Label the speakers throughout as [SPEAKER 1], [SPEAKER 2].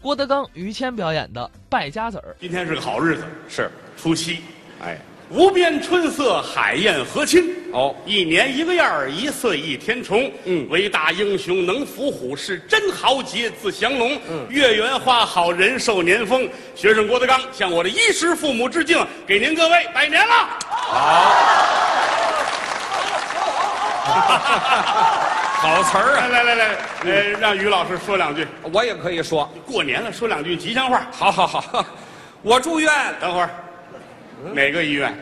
[SPEAKER 1] 郭德纲、于谦表演的《败家子儿
[SPEAKER 2] 今天是个好日子，
[SPEAKER 3] 是，
[SPEAKER 2] 初七，
[SPEAKER 3] 哎，
[SPEAKER 2] 无边春色，海燕和亲。
[SPEAKER 3] 哦
[SPEAKER 2] 一年一个样儿，一岁一天虫。
[SPEAKER 3] 嗯
[SPEAKER 2] 为大英雄能伏虎，是真豪杰自降龙。嗯，月圆花好人寿年丰。学生郭德纲向我的衣食父母致敬，给您各位拜年了。
[SPEAKER 3] 好词儿啊
[SPEAKER 2] 来！来来来，呃，让于老师说两句。
[SPEAKER 3] 我也可以说，
[SPEAKER 2] 过年了，说两句吉祥话。
[SPEAKER 3] 好好好，我住院
[SPEAKER 2] 等会儿，哪个医院？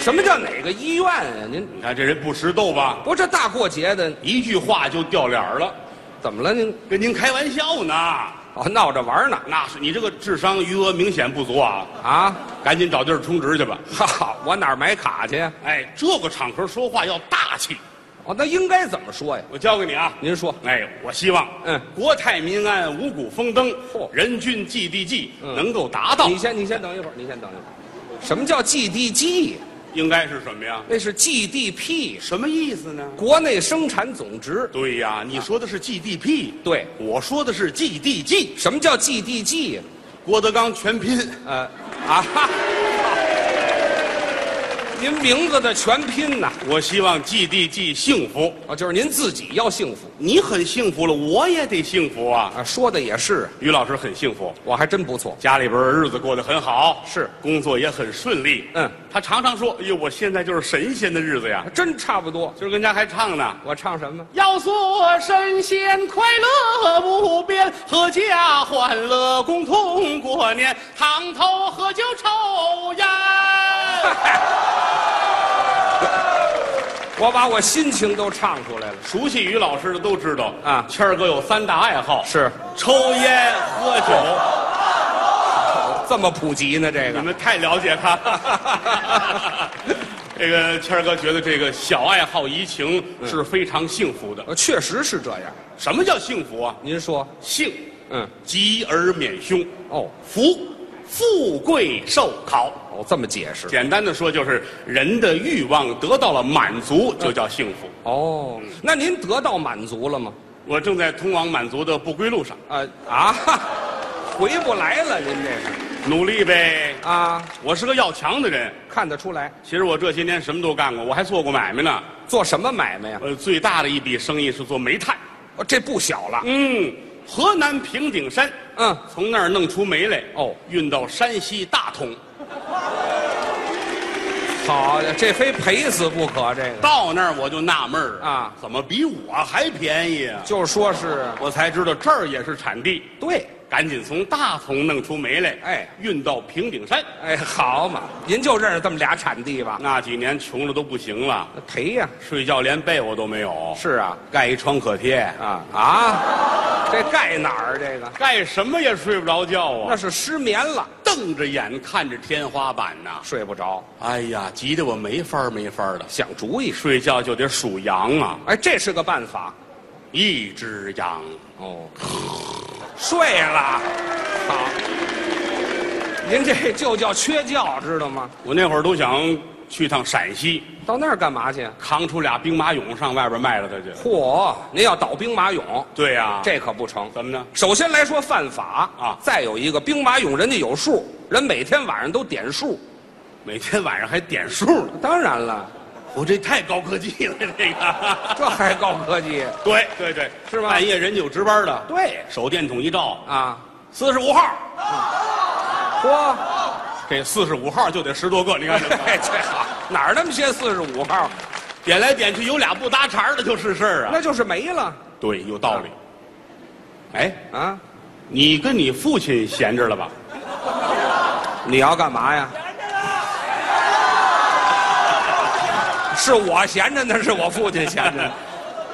[SPEAKER 3] 什么叫哪个医院啊？您
[SPEAKER 2] 你看这人不识逗吧？
[SPEAKER 3] 不是大过节的，
[SPEAKER 2] 一句话就掉脸儿了，
[SPEAKER 3] 怎么了您？
[SPEAKER 2] 跟您开玩笑呢。
[SPEAKER 3] 哦，闹着玩儿呢
[SPEAKER 2] 那是你这个智商余额明显不足啊，
[SPEAKER 3] 啊！
[SPEAKER 2] 赶紧找地儿充值去吧。
[SPEAKER 3] 哈哈，我哪儿买卡去呀？
[SPEAKER 2] 哎，这个场合说话要大气。
[SPEAKER 3] 哦，那应该怎么说呀？
[SPEAKER 2] 我教给你啊，
[SPEAKER 3] 您说
[SPEAKER 2] 哎，我希望，
[SPEAKER 3] 嗯
[SPEAKER 2] 国泰民安，五谷丰登，
[SPEAKER 3] 嚯
[SPEAKER 2] 人均 GDP
[SPEAKER 3] 嗯
[SPEAKER 2] 能够达到
[SPEAKER 3] 你，先，你先等一会儿，你先等一会儿。什么叫 GDP？
[SPEAKER 2] 应该是什么呀？
[SPEAKER 3] 那是 GDP，
[SPEAKER 2] 什么意思呢？
[SPEAKER 3] 国内生产总值。
[SPEAKER 2] 对呀，你说的是 GDP，
[SPEAKER 3] 对，
[SPEAKER 2] 我说的是 GDG，
[SPEAKER 3] 什么叫 GDP？
[SPEAKER 2] 郭德纲全拼。
[SPEAKER 3] 呃，啊哈， 您名字的全拼呐、
[SPEAKER 2] 我希望 GDG 幸福，
[SPEAKER 3] 哦，就是您自己要幸福
[SPEAKER 2] 你很幸福了，我也得幸福啊。
[SPEAKER 3] 啊。说的也是，
[SPEAKER 2] 于老师很幸福，
[SPEAKER 3] 我还真不错。
[SPEAKER 2] 家里边日子过得很好，
[SPEAKER 3] 是
[SPEAKER 2] 工作也很顺利。
[SPEAKER 3] 嗯，
[SPEAKER 2] 他常常说：“哎呦，我现在就是神仙的日子呀
[SPEAKER 3] 还！”真差不多。
[SPEAKER 2] 今儿跟家还唱呢。
[SPEAKER 3] 我唱什么？
[SPEAKER 2] 要做神仙，快乐无边，阖家欢乐，共同过年，堂头喝酒抽烟。
[SPEAKER 3] 我把我心情都唱出来了。
[SPEAKER 2] 熟悉于老师的都知道
[SPEAKER 3] 啊
[SPEAKER 2] 谦儿哥有三大爱好：
[SPEAKER 3] 是
[SPEAKER 2] 抽烟、喝酒。
[SPEAKER 3] 这么普及呢？这
[SPEAKER 2] 你
[SPEAKER 3] 个
[SPEAKER 2] 们太了解他了。这个谦儿哥觉得这个小爱好怡情是非常幸福的。
[SPEAKER 3] 呃确实是这样。
[SPEAKER 2] 什么叫幸福啊？
[SPEAKER 3] 您说，
[SPEAKER 2] 幸，
[SPEAKER 3] 嗯，
[SPEAKER 2] 吉而免凶；
[SPEAKER 3] 哦
[SPEAKER 2] 福，富贵寿考。
[SPEAKER 3] 哦，这么解释。
[SPEAKER 2] 简单的说，就是人的欲望得到了满足，就叫幸福。
[SPEAKER 3] 哦，那您得到满足了吗？
[SPEAKER 2] 我正在通往满足的不归路上，
[SPEAKER 3] 啊啊，哈回不来了，您这是
[SPEAKER 2] 努力呗。
[SPEAKER 3] 啊，
[SPEAKER 2] 我是个要强的人，
[SPEAKER 3] 看得出来。
[SPEAKER 2] 其实我这些年什么都干过，我还做过买卖呢。
[SPEAKER 3] 做什么买卖呀、
[SPEAKER 2] 呃，最大的一笔生意是做煤炭。
[SPEAKER 3] 哦，这不小了。
[SPEAKER 2] 嗯，河南平顶山，
[SPEAKER 3] 嗯，
[SPEAKER 2] 从那儿弄出煤来，
[SPEAKER 3] 哦
[SPEAKER 2] 运到山西大同，
[SPEAKER 3] 好，这非赔死不可。这个
[SPEAKER 2] 到那儿我就纳闷儿
[SPEAKER 3] 啊
[SPEAKER 2] 怎么比我还便宜啊？
[SPEAKER 3] 就说是
[SPEAKER 2] 我才知道这儿也是产地，
[SPEAKER 3] 对，
[SPEAKER 2] 赶紧从大同弄出煤来，
[SPEAKER 3] 哎，
[SPEAKER 2] 运到平顶山。
[SPEAKER 3] 哎，好嘛，您就认识这么俩产地吧？
[SPEAKER 2] 那几年穷的都不行了，
[SPEAKER 3] 那赔呀、
[SPEAKER 2] 睡觉连被窝都没有，
[SPEAKER 3] 是啊，
[SPEAKER 2] 盖一创可贴，
[SPEAKER 3] 啊啊，这盖哪儿？这个
[SPEAKER 2] 盖什么也睡不着觉
[SPEAKER 3] 那
[SPEAKER 2] 啊，
[SPEAKER 3] 是失眠了，
[SPEAKER 2] 瞪着眼看着天花板呐。
[SPEAKER 3] 睡不着，
[SPEAKER 2] 哎呀，急得我没法儿没法儿的，
[SPEAKER 3] 想主意。
[SPEAKER 2] 睡觉就得数羊啊。
[SPEAKER 3] 哎，这是个办法。
[SPEAKER 2] 一只羊，
[SPEAKER 3] 哦，睡了，好。您这就叫缺觉，知道吗？
[SPEAKER 2] 我那会儿都想去趟陕西，
[SPEAKER 3] 到那儿干嘛去？
[SPEAKER 2] 扛出俩兵马俑上外边卖了它去。
[SPEAKER 3] 嚯，您要倒兵马俑，
[SPEAKER 2] 对呀、
[SPEAKER 3] 这可不成。
[SPEAKER 2] 怎么呢？
[SPEAKER 3] 首先来说犯法
[SPEAKER 2] 啊
[SPEAKER 3] 再有一个兵马俑，人家有数，人每天晚上都点数。
[SPEAKER 2] 每天晚上还点数呢，
[SPEAKER 3] 当然了，
[SPEAKER 2] 我这太高科技了， 这个。
[SPEAKER 3] 这还高科技？
[SPEAKER 2] 对对对，
[SPEAKER 3] 是吗
[SPEAKER 2] 半夜人家有值班的，
[SPEAKER 3] 对
[SPEAKER 2] 手电筒一照，
[SPEAKER 3] 啊，
[SPEAKER 2] 四十五号，
[SPEAKER 3] 嚯，
[SPEAKER 2] 这四十五号就得十多个，你看这个，
[SPEAKER 3] 嘿这好，哪儿那么些四十五号？
[SPEAKER 2] 点来点去有俩不搭茬的就是事儿啊。
[SPEAKER 3] 那就是没了
[SPEAKER 2] 对，有道理。哎，
[SPEAKER 3] 啊！
[SPEAKER 2] 你跟你父亲闲着了吧？
[SPEAKER 3] 你要干嘛呀？是我闲着呢，是我父亲闲着呢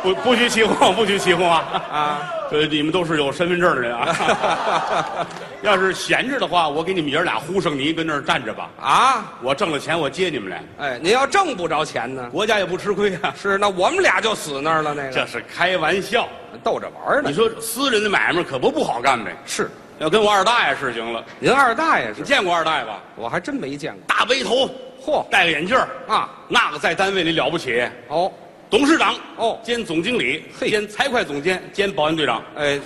[SPEAKER 2] 不不许起哄，不许起哄 啊！
[SPEAKER 3] 啊！
[SPEAKER 2] 呃，你们都是有身份证的人啊。要是闲着的话，我给你们爷儿俩呼上泥，跟那儿站着吧。
[SPEAKER 3] 啊！
[SPEAKER 2] 我挣了钱，我接你们来，
[SPEAKER 3] 哎，您要挣不着钱呢，
[SPEAKER 2] 国家也不吃亏啊。
[SPEAKER 3] 是那我们俩就死那儿了。那
[SPEAKER 2] 这
[SPEAKER 3] 个
[SPEAKER 2] 是开玩笑。
[SPEAKER 3] 逗着玩儿呢
[SPEAKER 2] 你，说私人的买卖可不不好干呗？
[SPEAKER 3] 是
[SPEAKER 2] 要跟我二大爷是行了，
[SPEAKER 3] 您二大爷
[SPEAKER 2] 你
[SPEAKER 3] 是，
[SPEAKER 2] 见过二大爷吧？
[SPEAKER 3] 我还真没见过。
[SPEAKER 2] 大背头，
[SPEAKER 3] 嚯
[SPEAKER 2] 戴个眼镜儿
[SPEAKER 3] 啊
[SPEAKER 2] 那个在单位里了不起，
[SPEAKER 3] 哦，
[SPEAKER 2] 董事长
[SPEAKER 3] 哦
[SPEAKER 2] 兼总经理
[SPEAKER 3] 嘿
[SPEAKER 2] 兼财会总监兼保安队长，
[SPEAKER 3] 哎，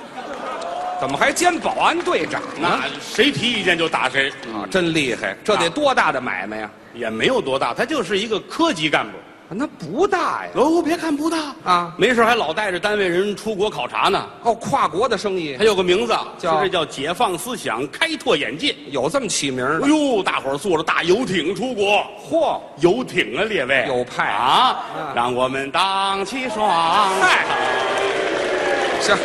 [SPEAKER 3] 怎么还兼保安队长呢？
[SPEAKER 2] 那谁提意见就打谁，
[SPEAKER 3] 啊，真厉害！这得多大的买卖呀、
[SPEAKER 2] 也没有多大，他就是一个科级干部。
[SPEAKER 3] 那不大呀。
[SPEAKER 2] 哦，别看不大
[SPEAKER 3] 啊
[SPEAKER 2] 没事还老带着单位人出国考察呢。
[SPEAKER 3] 哦，跨国的生意
[SPEAKER 2] 他有个名字，
[SPEAKER 3] 叫
[SPEAKER 2] 就是叫解放思想，开拓眼界。
[SPEAKER 3] 有这么起名儿
[SPEAKER 2] 哎
[SPEAKER 3] 的？
[SPEAKER 2] 呦，大伙儿坐着大游艇出国，
[SPEAKER 3] 嚯，
[SPEAKER 2] 游艇啊，列位
[SPEAKER 3] 有派
[SPEAKER 2] 啊
[SPEAKER 3] 啊，
[SPEAKER 2] 让我们荡起双
[SPEAKER 3] 嗨，行，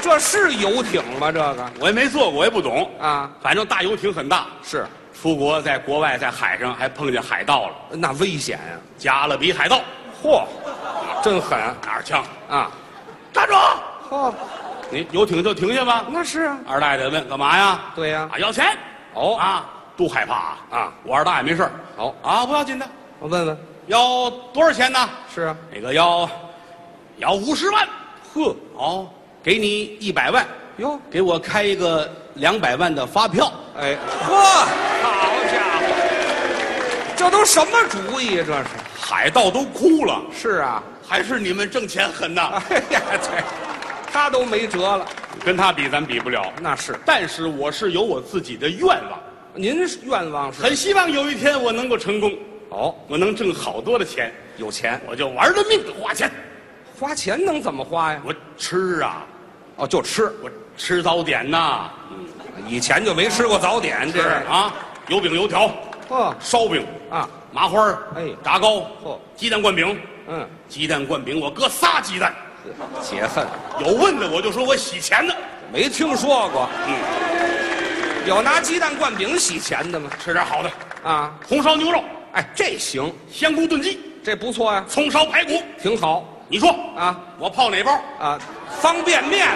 [SPEAKER 3] 这是游艇吗？这个
[SPEAKER 2] 我也没坐过，我也不懂
[SPEAKER 3] 啊，
[SPEAKER 2] 反正大游艇很大，
[SPEAKER 3] 是，
[SPEAKER 2] 出国在国外在海上还碰见海盗了，
[SPEAKER 3] 那危险呀、
[SPEAKER 2] 加勒比海盗，
[SPEAKER 3] 嚯，真狠
[SPEAKER 2] 拿着枪，
[SPEAKER 3] 啊！
[SPEAKER 2] 站住！
[SPEAKER 3] 嚯，
[SPEAKER 2] 你游艇就停下吧。
[SPEAKER 3] 那是啊，
[SPEAKER 2] 二大爷问干嘛呀？
[SPEAKER 3] 对呀
[SPEAKER 2] 啊，要钱。
[SPEAKER 3] 哦
[SPEAKER 2] 啊，都害怕啊
[SPEAKER 3] 啊！
[SPEAKER 2] 我二大爷没事儿
[SPEAKER 3] 哦
[SPEAKER 2] 啊，不要紧的，
[SPEAKER 3] 我问问，
[SPEAKER 2] 要多少钱呢？
[SPEAKER 3] 是啊，
[SPEAKER 2] 那个要，要五十万。
[SPEAKER 3] 呵，
[SPEAKER 2] 哦，给你一百万，
[SPEAKER 3] 哟，
[SPEAKER 2] 给我开一个两百万的发票。
[SPEAKER 3] 哎，呵，好家伙，这都什么主意？啊这是
[SPEAKER 2] 海盗都哭了，
[SPEAKER 3] 是啊，
[SPEAKER 2] 还是你们挣钱狠呐！
[SPEAKER 3] 哎呀，对，他都没辙了，
[SPEAKER 2] 跟他比，咱比不了。
[SPEAKER 3] 那是。
[SPEAKER 2] 但是我是有我自己的愿望，
[SPEAKER 3] 您是愿望是？
[SPEAKER 2] 很希望有一天我能够成功，
[SPEAKER 3] 哦，
[SPEAKER 2] 我能挣好多的钱，
[SPEAKER 3] 有钱，
[SPEAKER 2] 我就玩了命的花钱。
[SPEAKER 3] 花钱能怎么花呀？
[SPEAKER 2] 我吃啊，
[SPEAKER 3] 哦，就吃，
[SPEAKER 2] 我吃早点呐、
[SPEAKER 3] 以前就没吃过早点，
[SPEAKER 2] 是
[SPEAKER 3] 这是。
[SPEAKER 2] 啊，油饼、油条、
[SPEAKER 3] 哦
[SPEAKER 2] 烧饼、
[SPEAKER 3] 啊，
[SPEAKER 2] 麻花儿
[SPEAKER 3] 哎
[SPEAKER 2] 炸糕、
[SPEAKER 3] 嚯
[SPEAKER 2] 鸡蛋灌饼、
[SPEAKER 3] 嗯，
[SPEAKER 2] 鸡蛋灌饼，我搁仨鸡蛋。
[SPEAKER 3] 解恨，
[SPEAKER 2] 有问的我就说我洗钱的，
[SPEAKER 3] 没听说过。嗯有拿鸡蛋灌饼洗钱的吗？
[SPEAKER 2] 吃点好的，
[SPEAKER 3] 啊，
[SPEAKER 2] 红烧牛肉、
[SPEAKER 3] 哎，这行，
[SPEAKER 2] 香菇炖鸡、
[SPEAKER 3] 这不错呀，
[SPEAKER 2] 葱烧排骨，
[SPEAKER 3] 挺好
[SPEAKER 2] 你说
[SPEAKER 3] 啊，
[SPEAKER 2] 我泡哪包？
[SPEAKER 3] 啊，方便面，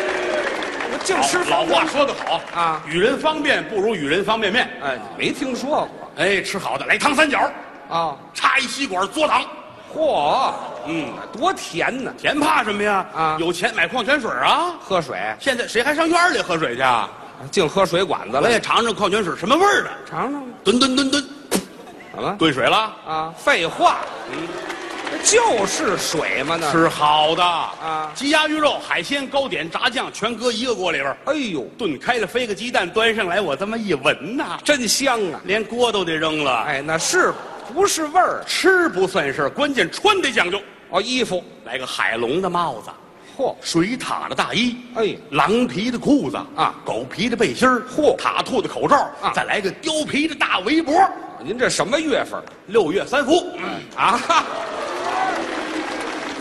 [SPEAKER 3] 我净吃
[SPEAKER 2] 老
[SPEAKER 3] 方便
[SPEAKER 2] 话，说得好
[SPEAKER 3] 啊
[SPEAKER 2] 与人方便不如与人方便面。
[SPEAKER 3] 哎，没听说过
[SPEAKER 2] 哎，吃好的，来糖三角，
[SPEAKER 3] 啊。
[SPEAKER 2] 插一吸管嘬糖，
[SPEAKER 3] 嚯，
[SPEAKER 2] 嗯，
[SPEAKER 3] 多甜呢！
[SPEAKER 2] 甜怕什么呀？
[SPEAKER 3] 啊
[SPEAKER 2] 有钱买矿泉水啊！
[SPEAKER 3] 喝水，
[SPEAKER 2] 现在谁还上院儿里喝水去啊？
[SPEAKER 3] 净喝水管子
[SPEAKER 2] 我也
[SPEAKER 3] 了，
[SPEAKER 2] 尝尝矿泉水什么味儿的，
[SPEAKER 3] 尝尝吧
[SPEAKER 2] 吨吨吨吨，
[SPEAKER 3] 怎么？
[SPEAKER 2] 兑水了，
[SPEAKER 3] 啊，废话，嗯，就是水嘛那。
[SPEAKER 2] 吃好的啊
[SPEAKER 3] 啊，
[SPEAKER 2] 鸡鸭鱼肉、海鲜、糕点、炸酱全搁一个锅里边儿，
[SPEAKER 3] 哎呦，
[SPEAKER 2] 炖开了，飞个鸡蛋端上来，我这么一闻呐，
[SPEAKER 3] 真香啊！
[SPEAKER 2] 连锅都得扔了。
[SPEAKER 3] 哎，那是不是味儿？
[SPEAKER 2] 吃不算事儿，关键穿得讲究，
[SPEAKER 3] 哦，衣服，
[SPEAKER 2] 来个海龙的帽子，
[SPEAKER 3] 嚯，
[SPEAKER 2] 水獭的大衣，
[SPEAKER 3] 哎
[SPEAKER 2] 狼皮的裤子
[SPEAKER 3] 啊
[SPEAKER 2] 狗皮的背心儿，
[SPEAKER 3] 嚯
[SPEAKER 2] 塔兔的口罩，
[SPEAKER 3] 啊
[SPEAKER 2] 再来个貂皮的大围脖，
[SPEAKER 3] 您这什么月份儿
[SPEAKER 2] 六月三伏，嗯
[SPEAKER 3] 啊？哈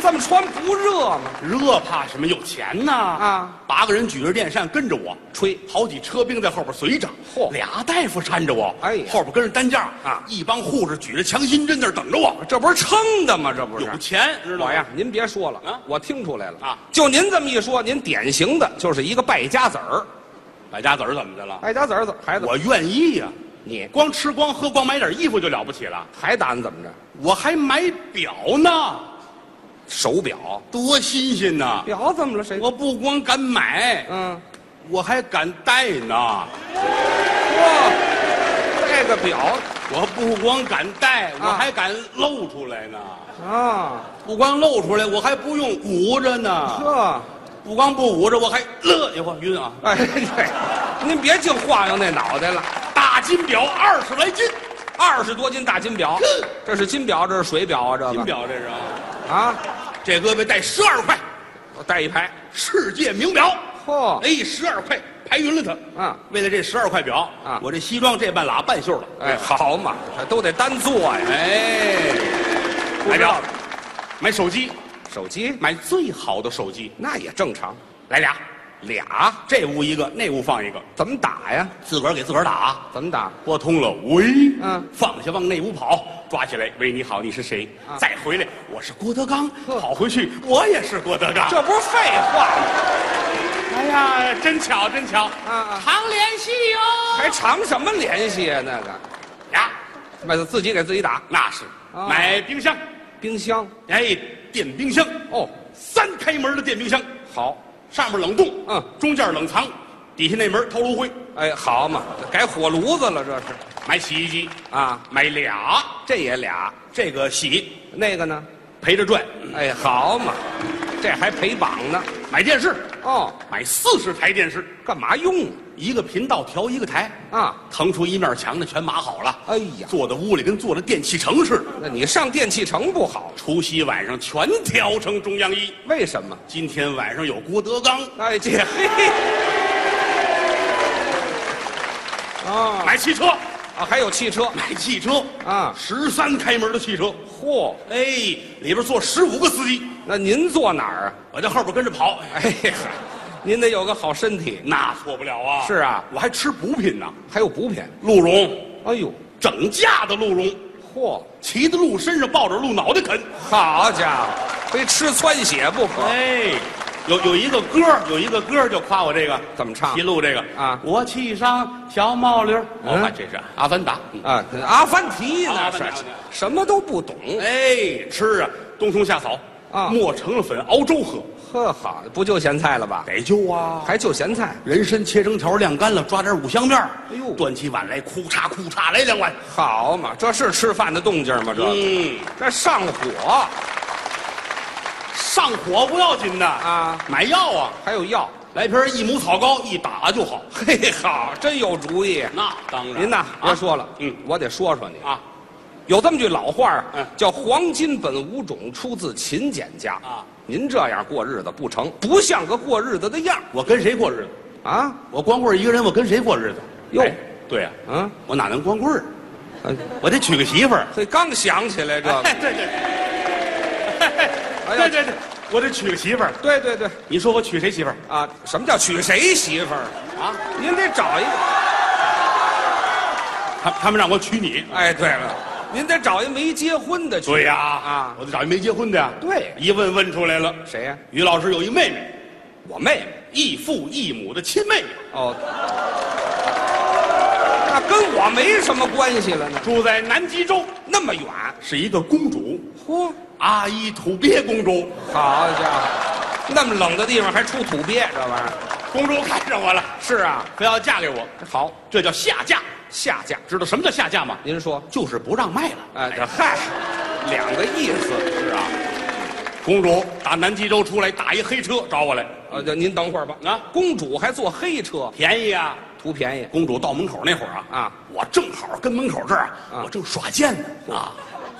[SPEAKER 3] 这么穿不热吗？
[SPEAKER 2] 热怕什么？有钱呐！
[SPEAKER 3] 啊，
[SPEAKER 2] 八个人举着电扇跟着我，
[SPEAKER 3] 吹
[SPEAKER 2] 好几车兵在后边随着，
[SPEAKER 3] 嚯
[SPEAKER 2] 俩大夫搀着我，
[SPEAKER 3] 哎呀
[SPEAKER 2] 后边跟着担架
[SPEAKER 3] 啊
[SPEAKER 2] 一帮护士举着强心针在那儿等着我，
[SPEAKER 3] 这不是撑的吗？这不是
[SPEAKER 2] 有钱知道
[SPEAKER 3] 我
[SPEAKER 2] 吗
[SPEAKER 3] 呀？，您别说了
[SPEAKER 2] 啊
[SPEAKER 3] 我听出来了
[SPEAKER 2] 啊！
[SPEAKER 3] 就您这么一说，您典型的就是一个败家子儿，
[SPEAKER 2] 败家子儿怎么的了？
[SPEAKER 3] 败家子儿怎孩子？
[SPEAKER 2] 我愿意呀、
[SPEAKER 3] 哎你
[SPEAKER 2] 光吃光喝光买点衣服就了不起了，
[SPEAKER 3] 还打算怎么着？
[SPEAKER 2] 我还买表呢，
[SPEAKER 3] 手表，
[SPEAKER 2] 多新鲜呐！
[SPEAKER 3] 表怎么了？谁？
[SPEAKER 2] 我不光敢买，
[SPEAKER 3] 嗯，
[SPEAKER 2] 我还敢戴呢。
[SPEAKER 3] 哇，戴个表
[SPEAKER 2] 我不光敢戴，我
[SPEAKER 3] 啊
[SPEAKER 2] 还敢露出来呢。
[SPEAKER 3] 啊，
[SPEAKER 2] 不光露出来，我还不用捂着呢。
[SPEAKER 3] 呵。
[SPEAKER 2] 不光不捂着，我还乐得慌，晕啊！
[SPEAKER 3] 哎， 对，您别净晃悠那脑袋了。
[SPEAKER 2] 大金表二十来斤，
[SPEAKER 3] 二十多斤大金表，这是金表，这是水表啊，这个
[SPEAKER 2] 金表这是啊，
[SPEAKER 3] 啊，
[SPEAKER 2] 这胳膊戴十二块，
[SPEAKER 3] 我带一排。
[SPEAKER 2] 世界名表，
[SPEAKER 3] 嚯、
[SPEAKER 2] 哎，十二块排匀了它。
[SPEAKER 3] 哦啊，
[SPEAKER 2] 为了这十二块表
[SPEAKER 3] 啊
[SPEAKER 2] 我这西装这半拉半袖了。
[SPEAKER 3] 哎，好嘛，都得单做呀。
[SPEAKER 2] 哎，
[SPEAKER 3] 不
[SPEAKER 2] 买
[SPEAKER 3] 知
[SPEAKER 2] 表
[SPEAKER 3] 道，
[SPEAKER 2] 买手机，
[SPEAKER 3] 手机
[SPEAKER 2] 买最好的手机，
[SPEAKER 3] 那也正常，
[SPEAKER 2] 来俩，俩，这屋一个，那屋放一个，
[SPEAKER 3] 怎么打哎呀？
[SPEAKER 2] 自个儿给自个儿打。
[SPEAKER 3] 怎么打？
[SPEAKER 2] 拨通了，喂，
[SPEAKER 3] 嗯
[SPEAKER 2] 放下往那屋跑，抓起来，喂，你好，你是谁？
[SPEAKER 3] 啊
[SPEAKER 2] 再回来，我是郭德纲，
[SPEAKER 3] 呵
[SPEAKER 2] 跑回去，我也是郭德纲。
[SPEAKER 3] 这不是废话吗？
[SPEAKER 2] 哎呀，真巧，真巧，
[SPEAKER 3] 啊
[SPEAKER 2] 常联系哟、
[SPEAKER 3] 还长什么联系呀、那个，
[SPEAKER 2] 呀，
[SPEAKER 3] 买自己给自己打
[SPEAKER 2] 那是、
[SPEAKER 3] 啊
[SPEAKER 2] 买冰箱，
[SPEAKER 3] 冰箱。
[SPEAKER 2] 哎，电冰箱，
[SPEAKER 3] 哦，
[SPEAKER 2] 三开门的电冰箱，
[SPEAKER 3] 好，
[SPEAKER 2] 上面冷冻，
[SPEAKER 3] 嗯，
[SPEAKER 2] 中间冷藏，底下那门掏炉灰。
[SPEAKER 3] 哎，好嘛，改火炉子了，这是
[SPEAKER 2] 买洗衣机，
[SPEAKER 3] 啊，
[SPEAKER 2] 买俩，
[SPEAKER 3] 这也俩，
[SPEAKER 2] 这个洗，
[SPEAKER 3] 那个呢？
[SPEAKER 2] 陪着转，
[SPEAKER 3] 哎，好嘛，这还陪榜呢。
[SPEAKER 2] 买电视，
[SPEAKER 3] 哦，
[SPEAKER 2] 买四十台电视，
[SPEAKER 3] 干嘛用
[SPEAKER 2] 一个频道调一个台，
[SPEAKER 3] 啊？
[SPEAKER 2] 腾出一面墙的全码好了。
[SPEAKER 3] 哎呀
[SPEAKER 2] 坐在屋里跟坐在电器城似的。
[SPEAKER 3] 那你上电器城不好？
[SPEAKER 2] 除夕晚上全调成中央一，
[SPEAKER 3] 为什么？
[SPEAKER 2] 今天晚上有郭德纲，
[SPEAKER 3] 哎，这 嘿。啊
[SPEAKER 2] 买汽车，
[SPEAKER 3] 啊，还有汽车，
[SPEAKER 2] 买汽车
[SPEAKER 3] 啊
[SPEAKER 2] 十三开门的汽车，
[SPEAKER 3] 嚯！
[SPEAKER 2] 哎，里边坐十五个司机，
[SPEAKER 3] 那您坐哪儿啊？
[SPEAKER 2] 我在后边跟着跑，
[SPEAKER 3] 哎呀，您得有个好身体，
[SPEAKER 2] 那错不了啊。
[SPEAKER 3] 是啊
[SPEAKER 2] 我还吃补品呢，
[SPEAKER 3] 还有补品。
[SPEAKER 2] 鹿茸，
[SPEAKER 3] 哎呦，
[SPEAKER 2] 整架的鹿茸，
[SPEAKER 3] 嚯！
[SPEAKER 2] 骑在鹿身上抱着鹿脑袋啃。
[SPEAKER 3] 好家伙，非吃窜血不可。
[SPEAKER 2] 哎，有有一个歌儿，有一个歌儿就夸我这个
[SPEAKER 3] 怎么唱
[SPEAKER 2] 骑鹿这个
[SPEAKER 3] 啊
[SPEAKER 2] 我骑上小毛驴儿，我
[SPEAKER 3] 嗯
[SPEAKER 2] 看这是阿凡达。嗯
[SPEAKER 3] 啊，阿凡提
[SPEAKER 2] 阿
[SPEAKER 3] 呢？
[SPEAKER 2] 凡达
[SPEAKER 3] 是什么都不懂。
[SPEAKER 2] 哎，吃啊，冬虫夏草
[SPEAKER 3] 嗯啊
[SPEAKER 2] 磨成了粉熬粥喝，
[SPEAKER 3] 呵，好，不就咸菜了吧？
[SPEAKER 2] 得救啊！
[SPEAKER 3] 还就咸菜，
[SPEAKER 2] 人参切成条晾干了，抓点五香面儿
[SPEAKER 3] 哎呦
[SPEAKER 2] 端起碗来，哭嚓哭嚓来两碗。
[SPEAKER 3] 好嘛，这是吃饭的动静吗？这
[SPEAKER 2] 嗯，
[SPEAKER 3] 这上火，
[SPEAKER 2] 上火不要紧的
[SPEAKER 3] 啊，
[SPEAKER 2] 买药啊，
[SPEAKER 3] 还有药。
[SPEAKER 2] 来瓶益母草膏，一打就好。
[SPEAKER 3] 嘿，好，真有主意。
[SPEAKER 2] 那当然，
[SPEAKER 3] 您呐，
[SPEAKER 2] 啊
[SPEAKER 3] 别说了，
[SPEAKER 2] 嗯
[SPEAKER 3] 我得说说你。
[SPEAKER 2] 啊
[SPEAKER 3] 有这么句老话儿
[SPEAKER 2] 嗯
[SPEAKER 3] 叫“黄金本无种，出自勤俭家”。
[SPEAKER 2] 啊，
[SPEAKER 3] 您这样过日子不成，不像个过日子的样儿
[SPEAKER 2] 我跟谁过日子？
[SPEAKER 3] 啊。
[SPEAKER 2] 我光棍一个人，我跟谁过日子？
[SPEAKER 3] 哟
[SPEAKER 2] 哎对呀，
[SPEAKER 3] 嗯，
[SPEAKER 2] 我哪能光棍儿？
[SPEAKER 3] 哎
[SPEAKER 2] 我得娶个媳妇儿。
[SPEAKER 3] 这刚想起来这个，
[SPEAKER 2] 哎对对，
[SPEAKER 3] 哎
[SPEAKER 2] 对对
[SPEAKER 3] 呀
[SPEAKER 2] 对对，我得娶个媳妇儿。
[SPEAKER 3] 对对对
[SPEAKER 2] 你说我娶谁媳妇儿
[SPEAKER 3] 啊，什么叫娶谁媳妇儿？
[SPEAKER 2] 啊？
[SPEAKER 3] 您得找一个。
[SPEAKER 2] 他他们让我娶你。
[SPEAKER 3] 哎，对了，您得找一没结婚的娶。
[SPEAKER 2] 对呀，
[SPEAKER 3] 啊
[SPEAKER 2] 我得找一没结婚的呀。
[SPEAKER 3] 对
[SPEAKER 2] 一问问出来了，
[SPEAKER 3] 谁呀？
[SPEAKER 2] 于老师有一妹妹，
[SPEAKER 3] 我妹妹。
[SPEAKER 2] 异父异母的亲妹妹，
[SPEAKER 3] 哦，那跟我没什么关系了呢，
[SPEAKER 2] 住在南极洲，
[SPEAKER 3] 那么远。
[SPEAKER 2] 是一个公主，
[SPEAKER 3] 嚯，
[SPEAKER 2] 阿依土鳖公主。
[SPEAKER 3] 好家伙，那么冷的地方还出土鳖这玩意儿？
[SPEAKER 2] 公主看上我了，
[SPEAKER 3] 是啊，
[SPEAKER 2] 非要嫁给我，
[SPEAKER 3] 好
[SPEAKER 2] 这叫下嫁。
[SPEAKER 3] 下嫁。
[SPEAKER 2] 知道什么叫下嫁吗？
[SPEAKER 3] 您说，
[SPEAKER 2] 就是不让卖了。
[SPEAKER 3] 哎，这嗨，两个意思。
[SPEAKER 2] 是啊，公主打南极洲出来，打一黑车找我来，
[SPEAKER 3] 呃，就您等会儿吧。
[SPEAKER 2] 啊，
[SPEAKER 3] 公主还坐黑车，
[SPEAKER 2] 便宜啊。
[SPEAKER 3] 图便宜。
[SPEAKER 2] 公主到门口那会儿啊，
[SPEAKER 3] 啊，
[SPEAKER 2] 我正好跟门口这儿啊，
[SPEAKER 3] 啊
[SPEAKER 2] 我正耍剑呢啊，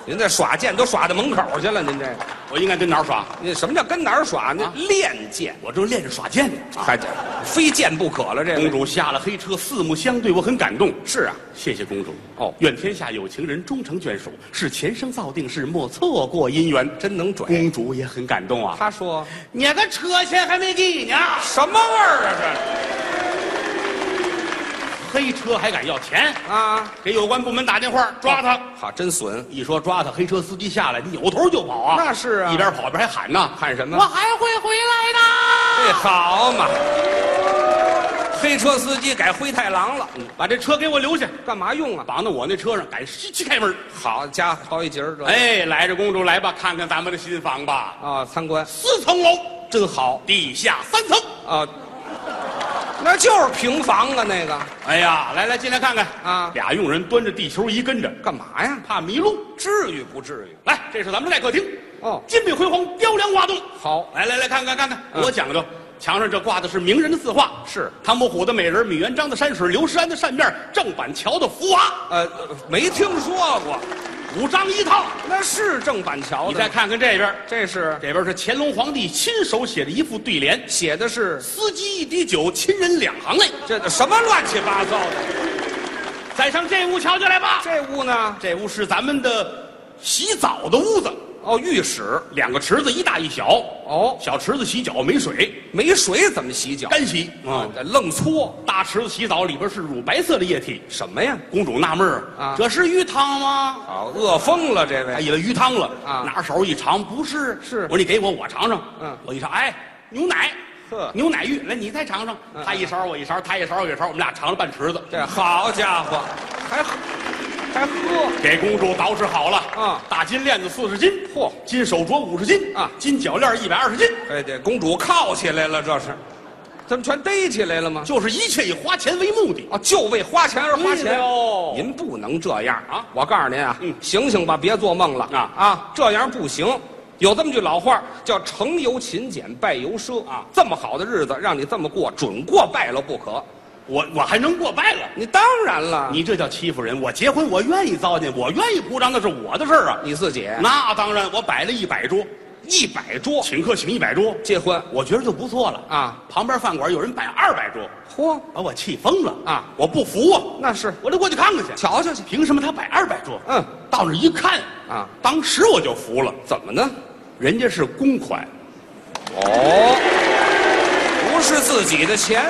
[SPEAKER 3] 您这耍剑都耍到门口去了，您这个，
[SPEAKER 2] 我应该跟哪儿耍？
[SPEAKER 3] 您什么叫跟哪儿耍？那
[SPEAKER 2] 啊
[SPEAKER 3] 练剑，
[SPEAKER 2] 我正练着耍剑呢。啊
[SPEAKER 3] 还这非剑不可了。这
[SPEAKER 2] 公
[SPEAKER 3] 个
[SPEAKER 2] 主下了黑车，四目相对，我很感动。
[SPEAKER 3] 是啊，
[SPEAKER 2] 谢谢公主
[SPEAKER 3] 哦
[SPEAKER 2] 愿天下有情人终成眷属，是前生造定事，莫错过姻缘。
[SPEAKER 3] 真能拽。
[SPEAKER 2] 公主也很感动啊，
[SPEAKER 3] 他说
[SPEAKER 2] 你个车钱还没给你呢，
[SPEAKER 3] 什么味儿啊？
[SPEAKER 2] 黑车还敢要钱？
[SPEAKER 3] 这啊，
[SPEAKER 2] 给有关部门打电话抓他。
[SPEAKER 3] 好，真损。
[SPEAKER 2] 一说抓他，黑车司机下来扭头就跑啊！
[SPEAKER 3] 那是啊
[SPEAKER 2] 一边跑一边还喊呢，
[SPEAKER 3] 喊什么
[SPEAKER 2] 我还会回来的。
[SPEAKER 3] 这好嘛，黑车司机改灰太狼了，嗯
[SPEAKER 2] 把这车给我留下，
[SPEAKER 3] 干嘛用啊？
[SPEAKER 2] 绑到我那车上，赶西去开门。
[SPEAKER 3] 好家伙，好一截儿这
[SPEAKER 2] 哎，来着，公主来吧，看看咱们的新房吧，
[SPEAKER 3] 啊，参观
[SPEAKER 2] 四层楼，
[SPEAKER 3] 真好
[SPEAKER 2] 地下三层。
[SPEAKER 3] 啊，那就是平房啊，那个
[SPEAKER 2] 哎呀，来来，进来看看
[SPEAKER 3] 啊
[SPEAKER 2] 俩佣人端着地球仪跟着，
[SPEAKER 3] 干嘛呀？
[SPEAKER 2] 怕迷路。
[SPEAKER 3] 至于不至于？
[SPEAKER 2] 来，这是咱们的待客厅，
[SPEAKER 3] 哦
[SPEAKER 2] 金碧辉煌，雕梁画栋。
[SPEAKER 3] 好，
[SPEAKER 2] 来来来，看看看看，
[SPEAKER 3] 嗯
[SPEAKER 2] 多讲究。墙上这挂的是名人的字画，
[SPEAKER 3] 是
[SPEAKER 2] 唐伯虎的美人，米元璋的山水，刘诗安的扇面，郑板桥的福娃，
[SPEAKER 3] 呃，没听说过，
[SPEAKER 2] 五张一套。
[SPEAKER 3] 那是郑板桥
[SPEAKER 2] 你
[SPEAKER 3] 的
[SPEAKER 2] 再
[SPEAKER 3] 吗。
[SPEAKER 2] 看看这边，
[SPEAKER 3] 这是
[SPEAKER 2] 这边是乾隆皇帝亲手写的一副对联：
[SPEAKER 3] 写的是
[SPEAKER 2] 司机一滴酒，亲人两行泪。
[SPEAKER 3] 这什么乱七八糟的？
[SPEAKER 2] 再上这屋瞧瞧来吧。
[SPEAKER 3] 这屋呢？
[SPEAKER 2] 这屋是咱们的洗澡的屋子，
[SPEAKER 3] 哦，浴室
[SPEAKER 2] 两个池子，一大一小。
[SPEAKER 3] 哦，
[SPEAKER 2] 小池子洗脚没水，
[SPEAKER 3] 没水怎么洗脚？
[SPEAKER 2] 干洗啊
[SPEAKER 3] 啊，这愣搓
[SPEAKER 2] 大池子洗澡里边是乳白色的液体。
[SPEAKER 3] 什么呀？
[SPEAKER 2] 公主纳闷儿
[SPEAKER 3] 啊
[SPEAKER 2] 这是鱼汤吗？
[SPEAKER 3] 啊，饿疯了这
[SPEAKER 2] 她
[SPEAKER 3] 位。
[SPEAKER 2] 以为鱼汤了
[SPEAKER 3] 啊
[SPEAKER 2] 拿手一尝，不是，
[SPEAKER 3] 是
[SPEAKER 2] 我说你给我，我尝尝。
[SPEAKER 3] 嗯
[SPEAKER 2] 我一尝，哎，牛奶，
[SPEAKER 3] 呵
[SPEAKER 2] 牛奶浴，来你再尝尝。
[SPEAKER 3] 嗯
[SPEAKER 2] 他一勺，我一勺，他一勺，我一勺，我们俩尝了半池子。
[SPEAKER 3] 这好家伙，还喝还喝
[SPEAKER 2] 给公主捯饬好了
[SPEAKER 3] 啊
[SPEAKER 2] 大金链子四十斤，
[SPEAKER 3] 嚯
[SPEAKER 2] 金手镯五十斤
[SPEAKER 3] 啊
[SPEAKER 2] 金脚链一百二十斤，
[SPEAKER 3] 哎，这公主铐起来了，这是，怎么全逮起来了吗？
[SPEAKER 2] 就是一切以花钱为目的。
[SPEAKER 3] 啊，就为花钱而花钱
[SPEAKER 2] 哟
[SPEAKER 3] 您不能这样
[SPEAKER 2] 啊
[SPEAKER 3] 哎我告诉您啊
[SPEAKER 2] 嗯，
[SPEAKER 3] 醒醒吧，别做梦了
[SPEAKER 2] 啊
[SPEAKER 3] 啊，这样不行。有这么句老话儿叫“成由勤俭，败由奢”啊，这么好的日子让你这么过，准过败了不可。
[SPEAKER 2] 我我还能过败了？
[SPEAKER 3] 你当然了，
[SPEAKER 2] 你这叫欺负人！我结婚，我愿意糟践，我愿意铺张，那是我的事儿啊。
[SPEAKER 3] 你自己
[SPEAKER 2] 那当然，我摆了一百桌，
[SPEAKER 3] 一百桌
[SPEAKER 2] 请客请一百桌，
[SPEAKER 3] 结婚，
[SPEAKER 2] 我觉得就不错了
[SPEAKER 3] 啊。
[SPEAKER 2] 旁边饭馆有人摆二百桌，
[SPEAKER 3] 嚯，
[SPEAKER 2] 把我气疯了
[SPEAKER 3] 啊！
[SPEAKER 2] 我不服啊，
[SPEAKER 3] 那是
[SPEAKER 2] 我得过去看看去。
[SPEAKER 3] 瞧瞧去
[SPEAKER 2] 凭什么他摆二百桌？
[SPEAKER 3] 嗯，
[SPEAKER 2] 到那儿一看
[SPEAKER 3] 啊，
[SPEAKER 2] 当时我就服了，
[SPEAKER 3] 怎么呢？
[SPEAKER 2] 人家是公款，
[SPEAKER 3] 哦，不是自己的钱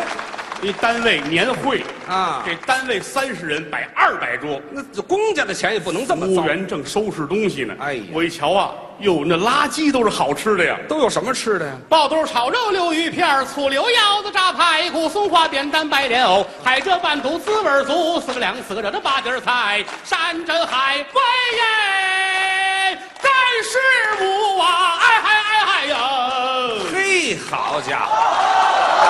[SPEAKER 2] 一单位年会
[SPEAKER 3] 啊
[SPEAKER 2] 给单位三十人摆二百桌，
[SPEAKER 3] 那公家的钱也不能这么
[SPEAKER 2] 服务
[SPEAKER 3] 糟。
[SPEAKER 2] 员正收拾东西呢。
[SPEAKER 3] 哎呀
[SPEAKER 2] 我一瞧啊，哟，那垃圾都是好吃的呀。
[SPEAKER 3] 都有什么吃的呀？
[SPEAKER 2] 爆肚、炒肉、溜鱼片儿、醋溜腰子、炸排骨、松花扁担、白莲藕、海蜇拌肚、滋味儿足，四个凉四个热的八碟儿菜，山珍海味耶，干师傅啊，哎嗨哎嗨呀！
[SPEAKER 3] 嘿，好家伙，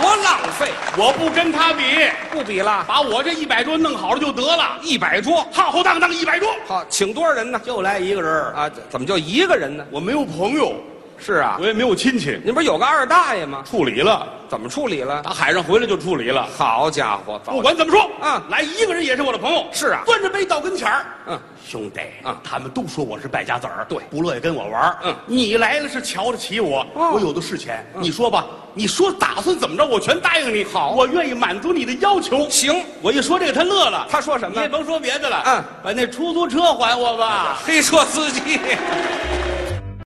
[SPEAKER 3] 多浪费！
[SPEAKER 2] 我不跟他比，
[SPEAKER 3] 不比了，
[SPEAKER 2] 把我这一百桌弄好了就得了，
[SPEAKER 3] 一百桌。
[SPEAKER 2] 浩浩荡荡一百桌，
[SPEAKER 3] 好，请多少人呢？
[SPEAKER 2] 就来一个人儿，
[SPEAKER 3] 啊，怎么就一个人呢？
[SPEAKER 2] 我没有朋友，
[SPEAKER 3] 是啊，
[SPEAKER 2] 我也没有亲戚，
[SPEAKER 3] 您不是有个二大爷吗？
[SPEAKER 2] 处理了，
[SPEAKER 3] 怎么处理了？
[SPEAKER 2] 打海上回来就处理了。
[SPEAKER 3] 好家伙，早
[SPEAKER 2] 不管怎么说，
[SPEAKER 3] 嗯
[SPEAKER 2] 来一个人也是我的朋友。
[SPEAKER 3] 是啊
[SPEAKER 2] 端着杯到跟前儿，
[SPEAKER 3] 嗯，
[SPEAKER 2] 兄弟，
[SPEAKER 3] 嗯
[SPEAKER 2] 他们都说我是败家子儿，
[SPEAKER 3] 对
[SPEAKER 2] 不乐意跟我玩儿
[SPEAKER 3] 嗯
[SPEAKER 2] 你来了是瞧得起我，
[SPEAKER 3] 哦
[SPEAKER 2] 我有的是钱，你说吧，你说打算怎么着，我全答应你。
[SPEAKER 3] 好
[SPEAKER 2] 我愿意满足你的要求。
[SPEAKER 3] 行，
[SPEAKER 2] 我一说这个，他乐了。
[SPEAKER 3] 他说什么
[SPEAKER 2] 你也甭说别的了，
[SPEAKER 3] 嗯，
[SPEAKER 2] 把那出租车还我吧。
[SPEAKER 3] 黑车司机，